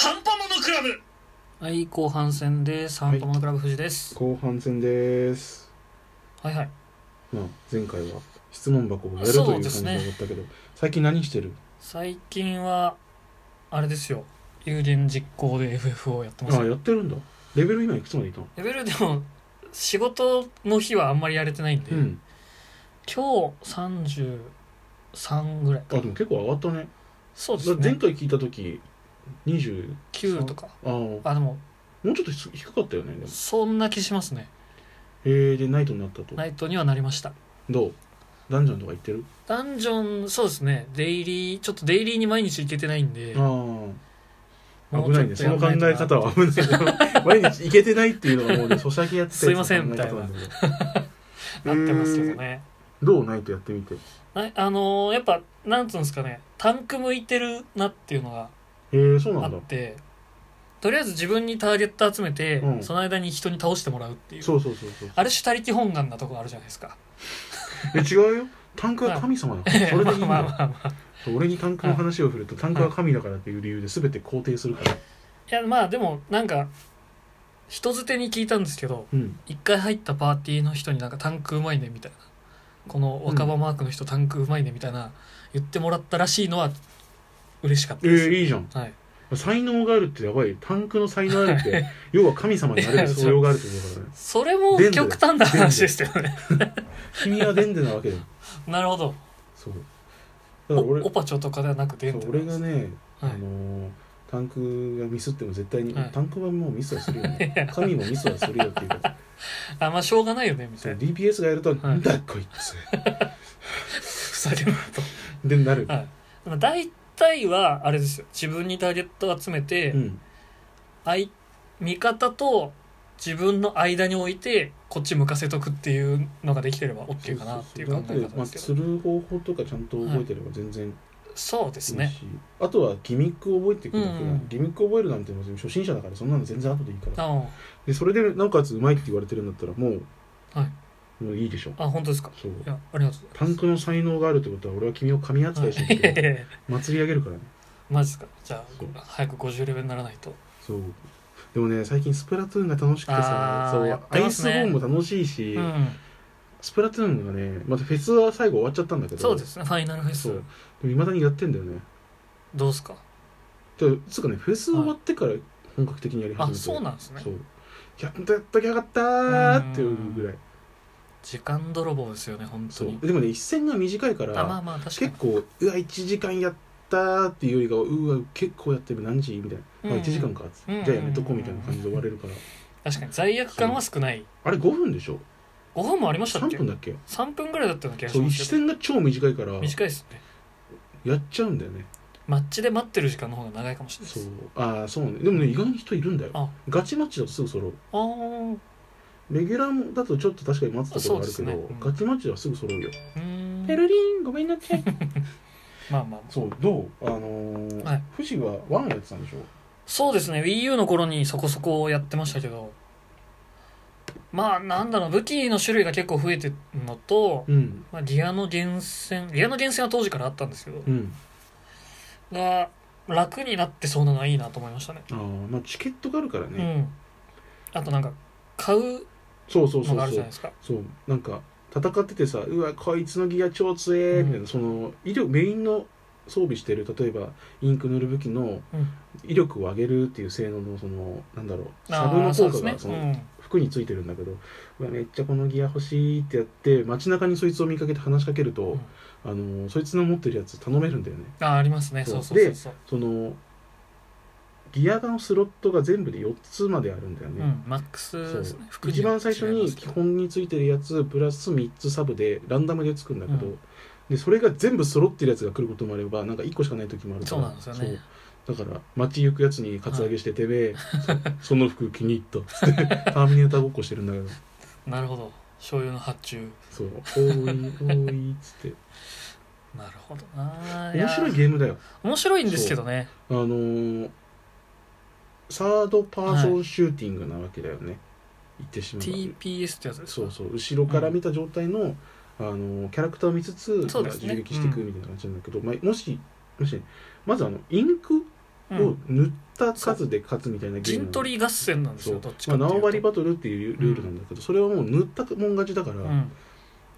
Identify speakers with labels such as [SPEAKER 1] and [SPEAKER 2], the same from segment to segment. [SPEAKER 1] 半端ものクラブ
[SPEAKER 2] はい、後半戦です。ハンパモノクラブ藤です。
[SPEAKER 3] 後半戦です、
[SPEAKER 2] はいはい。
[SPEAKER 3] まあ、前回は質問箱をやるという
[SPEAKER 2] そう
[SPEAKER 3] 感
[SPEAKER 2] で
[SPEAKER 3] じ
[SPEAKER 2] す
[SPEAKER 3] だ
[SPEAKER 2] ね
[SPEAKER 3] ったけど、最近何してる
[SPEAKER 2] 最近は、あれですよ。有言実行で FF をやって
[SPEAKER 3] あ
[SPEAKER 2] ます
[SPEAKER 3] あ
[SPEAKER 2] よ。
[SPEAKER 3] やってるんだレベル今いくつまでいたの
[SPEAKER 2] レベルでも、仕事の日はあんまりやれてないんで、
[SPEAKER 3] うん
[SPEAKER 2] 今日33ぐらい
[SPEAKER 3] あ
[SPEAKER 2] か
[SPEAKER 3] でも。結構上がったね
[SPEAKER 2] そうです
[SPEAKER 3] 前
[SPEAKER 2] ね。
[SPEAKER 3] 回聞いた時20
[SPEAKER 2] 9とか。
[SPEAKER 3] ああも
[SPEAKER 2] あ、でも、
[SPEAKER 3] うちょっと低かったよねでも
[SPEAKER 2] そんな気しますね。
[SPEAKER 3] えー、でナイトになったと
[SPEAKER 2] ナイトにはなりました。
[SPEAKER 3] どうダンジョンとか行ってる
[SPEAKER 2] ダンジョン、そうですね。デイリー、ちょっとデイリーに毎日行けてないんで、
[SPEAKER 3] ああ
[SPEAKER 2] も
[SPEAKER 3] 危
[SPEAKER 2] うち
[SPEAKER 3] な
[SPEAKER 2] ょ
[SPEAKER 3] い
[SPEAKER 2] っ
[SPEAKER 3] ね
[SPEAKER 2] と
[SPEAKER 3] そ
[SPEAKER 2] や
[SPEAKER 3] の
[SPEAKER 2] ん
[SPEAKER 3] 考
[SPEAKER 2] ないと
[SPEAKER 3] え方は危ない 毎日行けてないっていうのがもうねそしゃぎやって
[SPEAKER 2] すいません
[SPEAKER 3] 考え方なんだけ
[SPEAKER 2] なってますけどね。
[SPEAKER 3] どどうナイトやってみて
[SPEAKER 2] なあのーやっぱなんつうんですかねタンク向いてるなっていうのが
[SPEAKER 3] えー、そう
[SPEAKER 2] あ
[SPEAKER 3] なんだ
[SPEAKER 2] ってとりあえず自分にターゲット集めて、
[SPEAKER 3] うん
[SPEAKER 2] その間に人に倒してもらうっていう
[SPEAKER 3] そうそうそうそう
[SPEAKER 2] ある種他力本願なとこあるじゃないですか
[SPEAKER 3] え違うよタンクは神様だからそれでいいんだ よ、
[SPEAKER 2] まあまあまあ
[SPEAKER 3] 俺にタンクの話を振るとタンクは神だからっていう理由で全て肯定するから、
[SPEAKER 2] いやまあでもなんか人づてに聞いたんですけど
[SPEAKER 3] うん、
[SPEAKER 2] 一回入ったパーティーの人になんかタンクうまいねみたいなこの若葉マークの人、タンクうまいねみたいな言ってもらったらしいのは嬉しかった
[SPEAKER 3] え
[SPEAKER 2] です、
[SPEAKER 3] ー、いいじゃん
[SPEAKER 2] はい
[SPEAKER 3] 才能があるってやばいタンクの才能あるって 要は神様になれる素養があるってことだからね
[SPEAKER 2] それも極端な話ですよね
[SPEAKER 3] 君はデンデなわけだよ
[SPEAKER 2] なるほど
[SPEAKER 3] そうだから俺
[SPEAKER 2] おオパチョとかではなくて
[SPEAKER 3] そう俺がね、
[SPEAKER 2] はい
[SPEAKER 3] あのータンクがミスっても絶対に、
[SPEAKER 2] はい
[SPEAKER 3] タンクはもうミスはするよ ね神もミスはするよっていうか
[SPEAKER 2] あまあしょうがないよねみ
[SPEAKER 3] そ
[SPEAKER 2] たい
[SPEAKER 3] の
[SPEAKER 2] な
[SPEAKER 3] DPS がやると「
[SPEAKER 2] はい
[SPEAKER 3] なんだこいつ
[SPEAKER 2] ふざけんな」
[SPEAKER 3] でなる、
[SPEAKER 2] はいとまあ大体はあれですよ自分にターゲットを集めて、
[SPEAKER 3] うん、
[SPEAKER 2] 相味方と自分の間に置いてこっち向かせとくっていうのができてれば OK かなっていう考え
[SPEAKER 3] そうそうそうだってま
[SPEAKER 2] 方
[SPEAKER 3] あ、
[SPEAKER 2] ですけど
[SPEAKER 3] する方法とかちゃんと覚えてれば全然
[SPEAKER 2] そうです
[SPEAKER 3] いい
[SPEAKER 2] ね
[SPEAKER 3] しあとはギミックを覚えていくだけだ、
[SPEAKER 2] うんうん
[SPEAKER 3] ギミックを覚えるなんてもう初心者だからそんなの全然後でいいから
[SPEAKER 2] あ
[SPEAKER 3] でそれでなおかつうまいって言われてるんだったらもう,、、
[SPEAKER 2] はい
[SPEAKER 3] もういいでしょ
[SPEAKER 2] あ本当ですか
[SPEAKER 3] そう
[SPEAKER 2] いやありがとう
[SPEAKER 3] タンクの才能があるってことは俺は君を神
[SPEAKER 2] ござい
[SPEAKER 3] 扱い
[SPEAKER 2] ます、
[SPEAKER 3] し
[SPEAKER 2] はい、い
[SPEAKER 3] て
[SPEAKER 2] やいやいや
[SPEAKER 3] 祭り上げるからね
[SPEAKER 2] マジですかじゃ
[SPEAKER 3] そう
[SPEAKER 2] あ早く50レベルにならないと
[SPEAKER 3] そうでもね最近スプラトゥーンが楽しくてさ
[SPEAKER 2] あー
[SPEAKER 3] そう、
[SPEAKER 2] やっ
[SPEAKER 3] ア
[SPEAKER 2] てま
[SPEAKER 3] イ
[SPEAKER 2] す
[SPEAKER 3] ス
[SPEAKER 2] ね
[SPEAKER 3] ボーンも楽しいし、
[SPEAKER 2] うん
[SPEAKER 3] スプラトゥーンがねまたフェスは最後終わっちゃったんだけど
[SPEAKER 2] そうですねファイナルフェ
[SPEAKER 3] そ
[SPEAKER 2] ス
[SPEAKER 3] ういまだにやってんだよね
[SPEAKER 2] どうですか
[SPEAKER 3] でつうかねフェス終わってから本格的にやり始めて、
[SPEAKER 2] あそうなんですね
[SPEAKER 3] そうやっとやっときゃよかったーっていうぐらい
[SPEAKER 2] 時間泥棒ですよね本当
[SPEAKER 3] そう
[SPEAKER 2] に
[SPEAKER 3] でもね一戦が短いから、
[SPEAKER 2] あまあまあ確かに
[SPEAKER 3] 結構うわ1時間やったーっていうよりかはうわ結構やってる何時みたいな、
[SPEAKER 2] うん
[SPEAKER 3] あ1時間か、つって
[SPEAKER 2] うん
[SPEAKER 3] じゃあやめとこうみたいな感じで終われるから、
[SPEAKER 2] 確かに罪悪感は少ない
[SPEAKER 3] あれ5分でしょ
[SPEAKER 2] 5分もありましたっけ
[SPEAKER 3] 3分だっけ
[SPEAKER 2] 3分ぐらいだったような気がし
[SPEAKER 3] そう
[SPEAKER 2] ま
[SPEAKER 3] 一
[SPEAKER 2] すけど
[SPEAKER 3] 戦が超短いから
[SPEAKER 2] 短いですね
[SPEAKER 3] やっちゃうんだよね
[SPEAKER 2] マッチで待ってる時間の方が長いかもしれない
[SPEAKER 3] そ
[SPEAKER 2] で
[SPEAKER 3] う
[SPEAKER 2] す
[SPEAKER 3] ああそうねでもね意外に人いるんだよ
[SPEAKER 2] あ
[SPEAKER 3] ガチマッチだとすぐ揃う
[SPEAKER 2] あーう
[SPEAKER 3] レギュラーだとちょっと確かに待つところがあるけ
[SPEAKER 2] そ
[SPEAKER 3] ど、
[SPEAKER 2] うですねうん
[SPEAKER 3] ガチマッチはすぐ揃うよ
[SPEAKER 2] ーん
[SPEAKER 3] ペルリンごめんなさい
[SPEAKER 2] まあまあ
[SPEAKER 3] そうどうあのー
[SPEAKER 2] はい
[SPEAKER 3] 富士はワンやってたんでしょ
[SPEAKER 2] そうですね WiiU の頃にそこそこやってましたけどまあなんだろう武器の種類が結構増えてるのと、
[SPEAKER 3] うん
[SPEAKER 2] まあ、ギアの厳選ギアの厳選は当時からあったんですけど
[SPEAKER 3] うん
[SPEAKER 2] が楽になってそうなのはいいなと思いましたね
[SPEAKER 3] ああまあチケットがあるからね、
[SPEAKER 2] うんあとなんか買う
[SPEAKER 3] そうそうそ
[SPEAKER 2] のがあ
[SPEAKER 3] う
[SPEAKER 2] るじゃ
[SPEAKER 3] そ
[SPEAKER 2] ない
[SPEAKER 3] う
[SPEAKER 2] ですか
[SPEAKER 3] そうなんか戦っててさうわこいつのギア超強えーみたいな、
[SPEAKER 2] うん
[SPEAKER 3] その威力メインの装備してる例えばインク塗る武器の
[SPEAKER 2] うん
[SPEAKER 3] 威力を上げるっていう性能のそのなんだろう
[SPEAKER 2] あ
[SPEAKER 3] サ
[SPEAKER 2] ー
[SPEAKER 3] ブの効
[SPEAKER 2] そ
[SPEAKER 3] 果
[SPEAKER 2] うで
[SPEAKER 3] が
[SPEAKER 2] す
[SPEAKER 3] その、
[SPEAKER 2] ね
[SPEAKER 3] 服についてるんだけどうわめっちゃこのギア欲しいってやって街中にそいつを見かけて話しかけると、
[SPEAKER 2] うん
[SPEAKER 3] あのーそいつの持ってるやつ頼めるんだよね
[SPEAKER 2] うん、あーありますねそうそうそう
[SPEAKER 3] で
[SPEAKER 2] そう、
[SPEAKER 3] そのギアのスロットが全部で4つまであるんだよ
[SPEAKER 2] う
[SPEAKER 3] ね、
[SPEAKER 2] ん、マックスですね服に
[SPEAKER 3] 一番最初
[SPEAKER 2] 違い
[SPEAKER 3] に
[SPEAKER 2] ますけ
[SPEAKER 3] 基
[SPEAKER 2] ど
[SPEAKER 3] 本についてるやつプラス3つサブでランダムでつくんだけど、
[SPEAKER 2] うん
[SPEAKER 3] でそれが全部揃ってるやつが来ることもあればなんか1個しかない時もあるから
[SPEAKER 2] そうなんですよね
[SPEAKER 3] そうだから街行くやつにカツアゲしててめえ、そ その服気に入ったっつって ターミネーターごっこしてるんだけど
[SPEAKER 2] なるほど醤油の発注
[SPEAKER 3] そう「おーいおーい」っつって
[SPEAKER 2] なるほどな
[SPEAKER 3] 面白い
[SPEAKER 2] や
[SPEAKER 3] ゲームだよ
[SPEAKER 2] 面白いんですけどね
[SPEAKER 3] あのーサードパーソンシューティングなわけだよね、言ってしまえば
[SPEAKER 2] TPS ってやつですか
[SPEAKER 3] そうそう後ろから見た状態の、あのーキャラクターを見つつ
[SPEAKER 2] そうですね
[SPEAKER 3] まあ銃撃していくみたいな感じなんだけど、まあ、もしもしねまずあのインク
[SPEAKER 2] うん
[SPEAKER 3] を塗った数で勝つみたいなゲーム
[SPEAKER 2] 陣取り合戦なんです
[SPEAKER 3] そ
[SPEAKER 2] よ
[SPEAKER 3] う
[SPEAKER 2] どっち
[SPEAKER 3] ま
[SPEAKER 2] か
[SPEAKER 3] あ
[SPEAKER 2] っていうと
[SPEAKER 3] 縄張りバトルっていうルールなんだけど、それはもう塗ったもん勝ちだから、
[SPEAKER 2] うん、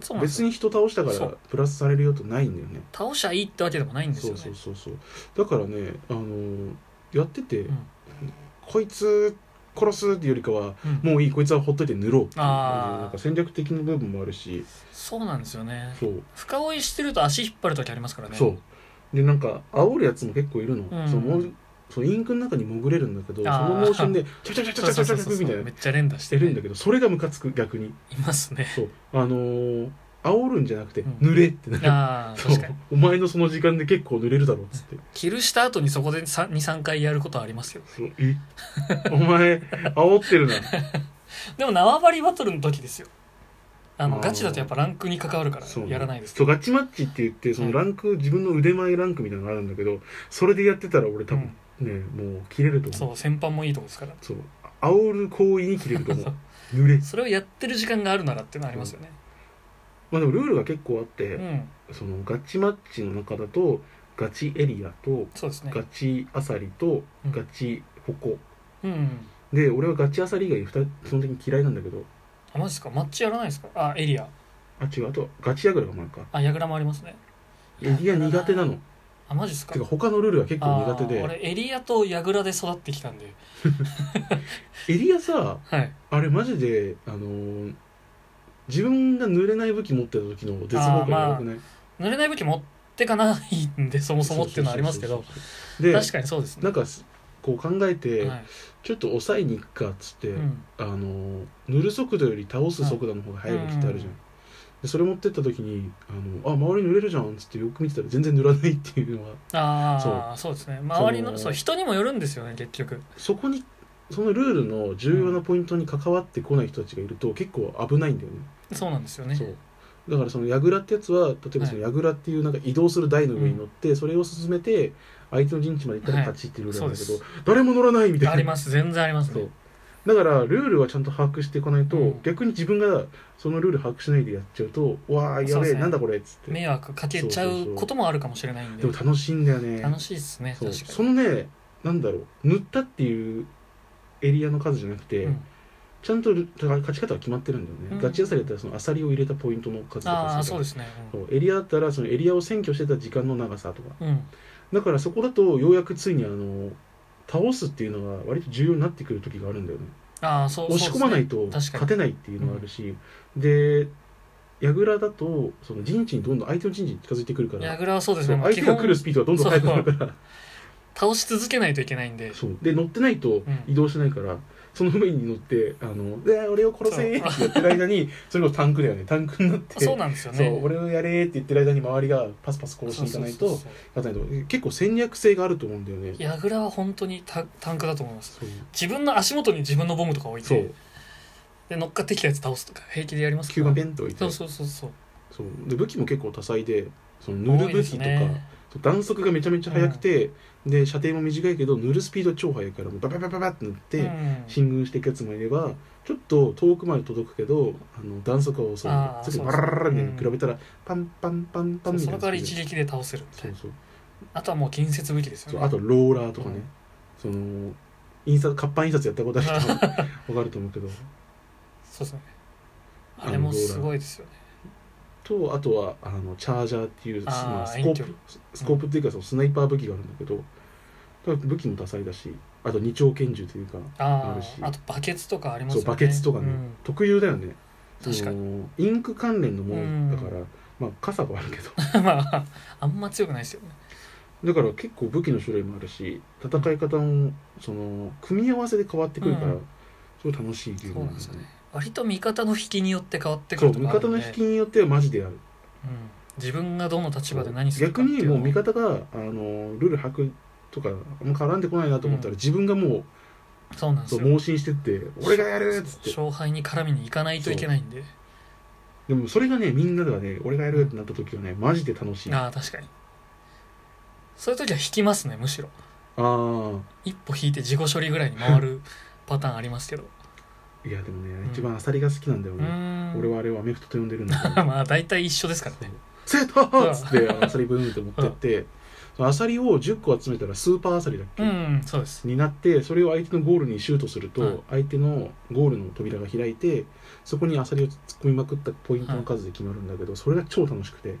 [SPEAKER 2] そうなんです
[SPEAKER 3] 別
[SPEAKER 2] よ
[SPEAKER 3] に人倒したか
[SPEAKER 2] そ
[SPEAKER 3] ら
[SPEAKER 2] う
[SPEAKER 3] プラスされるよとないんだよね
[SPEAKER 2] 倒しゃいいってわけでもないんです
[SPEAKER 3] そ
[SPEAKER 2] よ
[SPEAKER 3] う
[SPEAKER 2] ね
[SPEAKER 3] そうそうそうだからねあのーやってて、
[SPEAKER 2] うん
[SPEAKER 3] こいつ殺すっていうよりかは
[SPEAKER 2] うん
[SPEAKER 3] もういいこいつはほっといて塗ろうっていう
[SPEAKER 2] あー
[SPEAKER 3] なんか戦略的な部分もあるし
[SPEAKER 2] そうなんですよね
[SPEAKER 3] そう
[SPEAKER 2] 深追いしてると足引っ張る時ありますからね
[SPEAKER 3] そうでなんか煽るやつも結構いるの、
[SPEAKER 2] うん
[SPEAKER 3] そのもうそのインクの中に潜れるんだけどそ
[SPEAKER 2] あー
[SPEAKER 3] のモーションでチャチャチャチ
[SPEAKER 2] そう
[SPEAKER 3] ャチ
[SPEAKER 2] そう
[SPEAKER 3] ャチ
[SPEAKER 2] そう
[SPEAKER 3] ャチ
[SPEAKER 2] そう
[SPEAKER 3] ャみたいな
[SPEAKER 2] めっちゃ連打し
[SPEAKER 3] してて
[SPEAKER 2] ね、
[SPEAKER 3] るんだけどそれがムカつく逆に
[SPEAKER 2] いますね
[SPEAKER 3] そうあのー煽るんじゃなくて
[SPEAKER 2] うん
[SPEAKER 3] 濡れってな る、
[SPEAKER 2] ああ
[SPEAKER 3] そう
[SPEAKER 2] 確かに
[SPEAKER 3] お前のその時間で結構濡れるだろうっつって
[SPEAKER 2] キルした後にそこで23回やることはありますよ
[SPEAKER 3] そうえお前煽ってるな
[SPEAKER 2] でも縄張りバトルの時ですよあの
[SPEAKER 3] あー
[SPEAKER 2] ガチだとやっぱランクに関わるから
[SPEAKER 3] そうね
[SPEAKER 2] やらないですけ
[SPEAKER 3] そ
[SPEAKER 2] ど
[SPEAKER 3] うガチマッチって言ってそのランク、自分の腕前ランクみたいなのがあるんだけどそれでやってたら俺多分ね、もう切れると
[SPEAKER 2] そ
[SPEAKER 3] 思う
[SPEAKER 2] う先般もいいとこですから
[SPEAKER 3] そう煽る行為に切れると思う 濡れ
[SPEAKER 2] それをやってる時間があるならっていうのはありますよね
[SPEAKER 3] まあでもルールが結構あっ
[SPEAKER 2] う
[SPEAKER 3] て、
[SPEAKER 2] ん
[SPEAKER 3] そのガチマッチの中だとガチエリアと
[SPEAKER 2] そうですね
[SPEAKER 3] ガチアサリと
[SPEAKER 2] うん
[SPEAKER 3] ガチホコ、
[SPEAKER 2] うん
[SPEAKER 3] で俺はガチアサリ以外二人基本的に嫌いなんだけど
[SPEAKER 2] あマジですかマッチやらないですかあエリア
[SPEAKER 3] あ違うあとガチヤグラがもあるか
[SPEAKER 2] あヤグラもありますね
[SPEAKER 3] エリア苦手なの
[SPEAKER 2] あマジですか
[SPEAKER 3] てか他のルールが結構苦手
[SPEAKER 2] あー
[SPEAKER 3] で
[SPEAKER 2] 俺エリアとヤグラで育ってきたんで
[SPEAKER 3] エリアさ
[SPEAKER 2] はい
[SPEAKER 3] あれマジであのー自分が濡れない武器持ってた時の絶望感がなくない、
[SPEAKER 2] 濡れない武器持ってかないんでそもそもっていうのはありますけど
[SPEAKER 3] で
[SPEAKER 2] 確かにそうですね
[SPEAKER 3] なんかすこう考えて、
[SPEAKER 2] はい
[SPEAKER 3] ちょっと抑えに行くかっつって、
[SPEAKER 2] うん
[SPEAKER 3] あのー塗る速度より倒す速度の方が速い武器ってあるじゃん、
[SPEAKER 2] うん
[SPEAKER 3] でそれ持ってった時に「あのあ周り塗れるじゃん」っつってよく見てたら全然塗らないっていうのは
[SPEAKER 2] ああそうですね周りの
[SPEAKER 3] そ
[SPEAKER 2] そ
[SPEAKER 3] の
[SPEAKER 2] う人にもよるんですよね結局
[SPEAKER 3] そこにそのルールの重要なポイントに関わってこない人たちがいると結構危ないんだよね、
[SPEAKER 2] そうなんですよね
[SPEAKER 3] そうだからその櫓ってやつは例えばその櫓っていうなんか移動する台の上に乗って、それを進めて相手の陣地まで行ったら勝ちっていうルールなんだけど、
[SPEAKER 2] はい
[SPEAKER 3] 誰も乗らないみたいな
[SPEAKER 2] あります全然あります
[SPEAKER 3] そ
[SPEAKER 2] ね
[SPEAKER 3] うだからルールはちゃんと把握していかないと、
[SPEAKER 2] うん
[SPEAKER 3] 逆に自分がそのルール把握しないでやっちゃうと「わあや
[SPEAKER 2] そうで
[SPEAKER 3] べえ、
[SPEAKER 2] すね
[SPEAKER 3] なんだこれ」っつって
[SPEAKER 2] 迷惑かけちゃうこともあるかもしれないんで
[SPEAKER 3] でも楽しいんだよね
[SPEAKER 2] 楽しいですね
[SPEAKER 3] そ
[SPEAKER 2] 確
[SPEAKER 3] う
[SPEAKER 2] かに
[SPEAKER 3] そのねなんだろう塗ったっていうエリアの数じゃなくて、
[SPEAKER 2] うん
[SPEAKER 3] ちゃんとルだから勝ち方は決まってるんだよ
[SPEAKER 2] う
[SPEAKER 3] ね、
[SPEAKER 2] ん
[SPEAKER 3] ガチアサリだったらそのアサリを入れたポイントの数と
[SPEAKER 2] あ
[SPEAKER 3] か
[SPEAKER 2] あ
[SPEAKER 3] さ
[SPEAKER 2] そうですね
[SPEAKER 3] そうエリアだったらそのエリアを占拠してた時間の長さとか
[SPEAKER 2] うんうん
[SPEAKER 3] だからそこだとようやくついにあの倒すっていうのが割と重要になってくる時があるんだよね
[SPEAKER 2] ああそう
[SPEAKER 3] 押し込まない
[SPEAKER 2] そう
[SPEAKER 3] と
[SPEAKER 2] ですね確かに
[SPEAKER 3] 勝てないっていうのがあるしで櫓だとその陣地にどんどん相手の陣地に近づいてくるか
[SPEAKER 2] ですね
[SPEAKER 3] ら
[SPEAKER 2] 矢倉はそうです
[SPEAKER 3] そ
[SPEAKER 2] ね
[SPEAKER 3] う
[SPEAKER 2] もう
[SPEAKER 3] 相手が
[SPEAKER 2] 基
[SPEAKER 3] 来
[SPEAKER 2] 本
[SPEAKER 3] るスピードがどんどん速くなるから
[SPEAKER 2] 倒し続けないといけないんで
[SPEAKER 3] そうで乗ってないと
[SPEAKER 2] うん
[SPEAKER 3] 移動しないから、その上に乗って「あので俺を殺せ!」ってやってる間にそれこそタンクだよねタンクになって
[SPEAKER 2] そうなんですよね
[SPEAKER 3] そう俺をやれって言ってる間に周りがパスパス殺しに行かない
[SPEAKER 2] そう
[SPEAKER 3] と
[SPEAKER 2] そうそうそう
[SPEAKER 3] 勝たないとえ結構戦略性があると思うんだよね
[SPEAKER 2] 矢倉は本当にタタンクだと思います
[SPEAKER 3] そう
[SPEAKER 2] 自分の足元に自分のボムとか置い
[SPEAKER 3] そ
[SPEAKER 2] て
[SPEAKER 3] う
[SPEAKER 2] で乗っかってきたやつ倒すとか平気でやります
[SPEAKER 3] 吸
[SPEAKER 2] から
[SPEAKER 3] 盤ペンと置いて
[SPEAKER 2] そうそうそうそう
[SPEAKER 3] そうで武器も結構多彩でその塗
[SPEAKER 2] 多
[SPEAKER 3] る
[SPEAKER 2] い
[SPEAKER 3] 武
[SPEAKER 2] です
[SPEAKER 3] 器とか、
[SPEAKER 2] ね
[SPEAKER 3] そう弾速がめちゃめちゃ速くて、で射程も短いけど塗るスピード超速いからもうバババババって塗って、
[SPEAKER 2] うん
[SPEAKER 3] 進軍していくやつもいればちょっと遠くまで届くけどあの弾速は遅い
[SPEAKER 2] あー
[SPEAKER 3] ちょっと
[SPEAKER 2] そう
[SPEAKER 3] バララララみたいなのに
[SPEAKER 2] うん
[SPEAKER 3] 比べたら、パンパンパンパンみ
[SPEAKER 2] そ
[SPEAKER 3] たい
[SPEAKER 2] の
[SPEAKER 3] な
[SPEAKER 2] 代わり一
[SPEAKER 3] スピー
[SPEAKER 2] 撃で倒せるみた
[SPEAKER 3] ドそ
[SPEAKER 2] いうな
[SPEAKER 3] そう
[SPEAKER 2] あとはもう近接武器です
[SPEAKER 3] そ
[SPEAKER 2] よ
[SPEAKER 3] う
[SPEAKER 2] ね
[SPEAKER 3] あとローラーとかね、
[SPEAKER 2] うん
[SPEAKER 3] その印刷活版印刷やったことある人はわかると思うけど
[SPEAKER 2] そうですね
[SPEAKER 3] あの
[SPEAKER 2] あれもすごいですよね
[SPEAKER 3] とあとはあのチャージャーっていうその
[SPEAKER 2] あー
[SPEAKER 3] スコ
[SPEAKER 2] 遠
[SPEAKER 3] ー
[SPEAKER 2] 距
[SPEAKER 3] プ
[SPEAKER 2] 離
[SPEAKER 3] スコープっていうかそのスナイパー武器があるんだけどだから武器も多彩だしあと二丁拳銃というかあ
[SPEAKER 2] あ
[SPEAKER 3] るし
[SPEAKER 2] ああとバケツとかあります
[SPEAKER 3] そ
[SPEAKER 2] よ
[SPEAKER 3] う
[SPEAKER 2] ね
[SPEAKER 3] バケツとかね、
[SPEAKER 2] うん
[SPEAKER 3] 特有だよね
[SPEAKER 2] 確かに
[SPEAKER 3] にインク関連のものだから、まあ傘はあるけど
[SPEAKER 2] まああんま強くないですよね
[SPEAKER 3] だから結構武器の種類もあるし戦い方もその組み合わせで変わってくるから、
[SPEAKER 2] うん
[SPEAKER 3] すごい楽しいゲー
[SPEAKER 2] そう
[SPEAKER 3] ム
[SPEAKER 2] なんですよね割と味方の引きによって変わってく
[SPEAKER 3] そ
[SPEAKER 2] る
[SPEAKER 3] う
[SPEAKER 2] と
[SPEAKER 3] 味
[SPEAKER 2] かある
[SPEAKER 3] 方
[SPEAKER 2] ん
[SPEAKER 3] の
[SPEAKER 2] で
[SPEAKER 3] 引きによってはマジである
[SPEAKER 2] うん自分がどの立場で何するか
[SPEAKER 3] 逆
[SPEAKER 2] ってい
[SPEAKER 3] に
[SPEAKER 2] うの
[SPEAKER 3] も
[SPEAKER 2] を
[SPEAKER 3] う味方があのルール把握とかあんま絡んでこないなと思った
[SPEAKER 2] う
[SPEAKER 3] ら、
[SPEAKER 2] ん
[SPEAKER 3] 自分がも
[SPEAKER 2] そうなん
[SPEAKER 3] う
[SPEAKER 2] で
[SPEAKER 3] そ
[SPEAKER 2] す
[SPEAKER 3] う
[SPEAKER 2] よ
[SPEAKER 3] 盲信してって「俺がやる!」っつって
[SPEAKER 2] 勝敗に絡みに行かないといけないんで
[SPEAKER 3] でもそれがねみんながね「俺がやる!」ってなった時はねマジで楽しいあ
[SPEAKER 2] ああ確かにそういう時は引きますねむしろ
[SPEAKER 3] あー
[SPEAKER 2] 一歩引いて自己処理ぐらいに回 るパターンありますけど
[SPEAKER 3] いやでもね、
[SPEAKER 2] うん
[SPEAKER 3] 一番アサリが好きなんだよ
[SPEAKER 2] う
[SPEAKER 3] ね、
[SPEAKER 2] ーん
[SPEAKER 3] 俺はあれをアメフト と呼んでるんだけど
[SPEAKER 2] まあ大体一緒ですからね
[SPEAKER 3] セットっつってあのアサリブームって持ってって、アサリを10個集めたらスーパーアサリだっけ、
[SPEAKER 2] うんそうです
[SPEAKER 3] になってそれを相手のゴールにシュートすると、
[SPEAKER 2] はい
[SPEAKER 3] 相手のゴールの扉が開いてそこにアサリを突っ込みまくったポイントの数で決まるんだけど、それが超楽しくて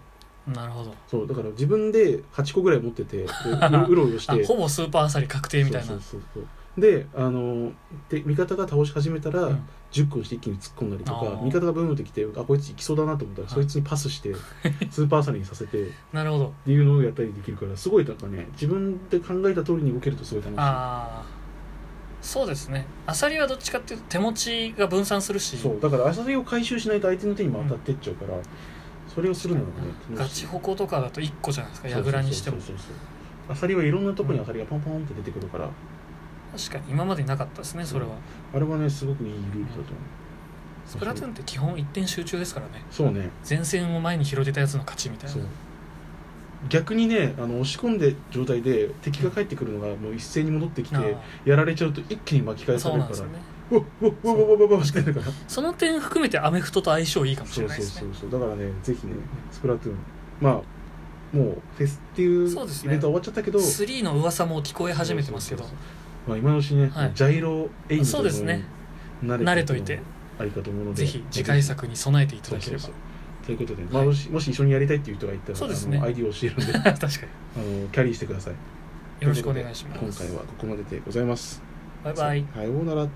[SPEAKER 2] なるほど
[SPEAKER 3] そうだから自分で8個ぐらい 持っててでうろうろし
[SPEAKER 2] あ
[SPEAKER 3] て
[SPEAKER 2] ほぼスーパーアサリ確定みたいな
[SPEAKER 3] そうそうそうそうであので味方が倒し始めたら、
[SPEAKER 2] うん
[SPEAKER 3] 10個にして一気に突っ込んだりと
[SPEAKER 2] あ
[SPEAKER 3] か
[SPEAKER 2] ー
[SPEAKER 3] 味方がブームってきてあこいついきそうだなと思ったら、
[SPEAKER 2] はい
[SPEAKER 3] そいつにパスして スーパーアサリにさせてっ
[SPEAKER 2] なるほど
[SPEAKER 3] ていうのをやったりできるからすごいなんかね自分で考えた通りに動けるとすごい楽しい。
[SPEAKER 2] ああそうですねアサリはどっちかっていうと手持ちが分散するし
[SPEAKER 3] そうだからアサリを回収しないと相手の手にも当たってっちゃうから、それをするのがね
[SPEAKER 2] ガチホコとかだと1個じゃないですかやぐらにしても
[SPEAKER 3] そうそうそうそうアサリはいろんなとこにアサリがポンポンって出てくるから、
[SPEAKER 2] 確かに今までになかったですねそれは
[SPEAKER 3] あれはねすごくいいルールだと思う、
[SPEAKER 2] スプラトゥーンって基本一点集中ですからね
[SPEAKER 3] そうね
[SPEAKER 2] 前線を前に広げたやつの勝ちみたい
[SPEAKER 3] そう
[SPEAKER 2] な
[SPEAKER 3] 逆にねあの押し込んで状態で敵が帰ってくるのがもう一斉に戻ってきて、
[SPEAKER 2] あ
[SPEAKER 3] やられちゃうと一気に巻き
[SPEAKER 2] ー
[SPEAKER 3] 返
[SPEAKER 2] そ
[SPEAKER 3] され
[SPEAKER 2] う
[SPEAKER 3] る
[SPEAKER 2] なんで
[SPEAKER 3] か
[SPEAKER 2] す
[SPEAKER 3] ら
[SPEAKER 2] よね
[SPEAKER 3] うわうわうわうわうわうわしてるから
[SPEAKER 2] その点含めてアメフトと相性いいかもし
[SPEAKER 3] そ
[SPEAKER 2] れ
[SPEAKER 3] う
[SPEAKER 2] ない
[SPEAKER 3] そう
[SPEAKER 2] です
[SPEAKER 3] そ
[SPEAKER 2] ね
[SPEAKER 3] うそうだからねぜひねスプラトゥーンまあもうフェスっていうイ
[SPEAKER 2] そうですね
[SPEAKER 3] ベントは終わっちゃったけど、
[SPEAKER 2] 3の噂も聞こえ始めてますけど
[SPEAKER 3] そうそうまあ、今のうちにね、
[SPEAKER 2] はい
[SPEAKER 3] ジャイロエイム
[SPEAKER 2] そうですね慣
[SPEAKER 3] 慣
[SPEAKER 2] れといて
[SPEAKER 3] ありかと思うので
[SPEAKER 2] ぜひ次回作に備えていた
[SPEAKER 3] そ
[SPEAKER 2] だ
[SPEAKER 3] う
[SPEAKER 2] け
[SPEAKER 3] そ
[SPEAKER 2] れ
[SPEAKER 3] う
[SPEAKER 2] ば
[SPEAKER 3] そうということで、ま
[SPEAKER 2] は
[SPEAKER 3] あ、
[SPEAKER 2] い
[SPEAKER 3] もしもし一緒にやりたいっていう人がいたら
[SPEAKER 2] そうですね
[SPEAKER 3] あの ID を教えるん であ
[SPEAKER 2] 確かに
[SPEAKER 3] のキャリーしてください
[SPEAKER 2] よろしくお願いします
[SPEAKER 3] 今回はここまででございます
[SPEAKER 2] バイバイ
[SPEAKER 3] さようなら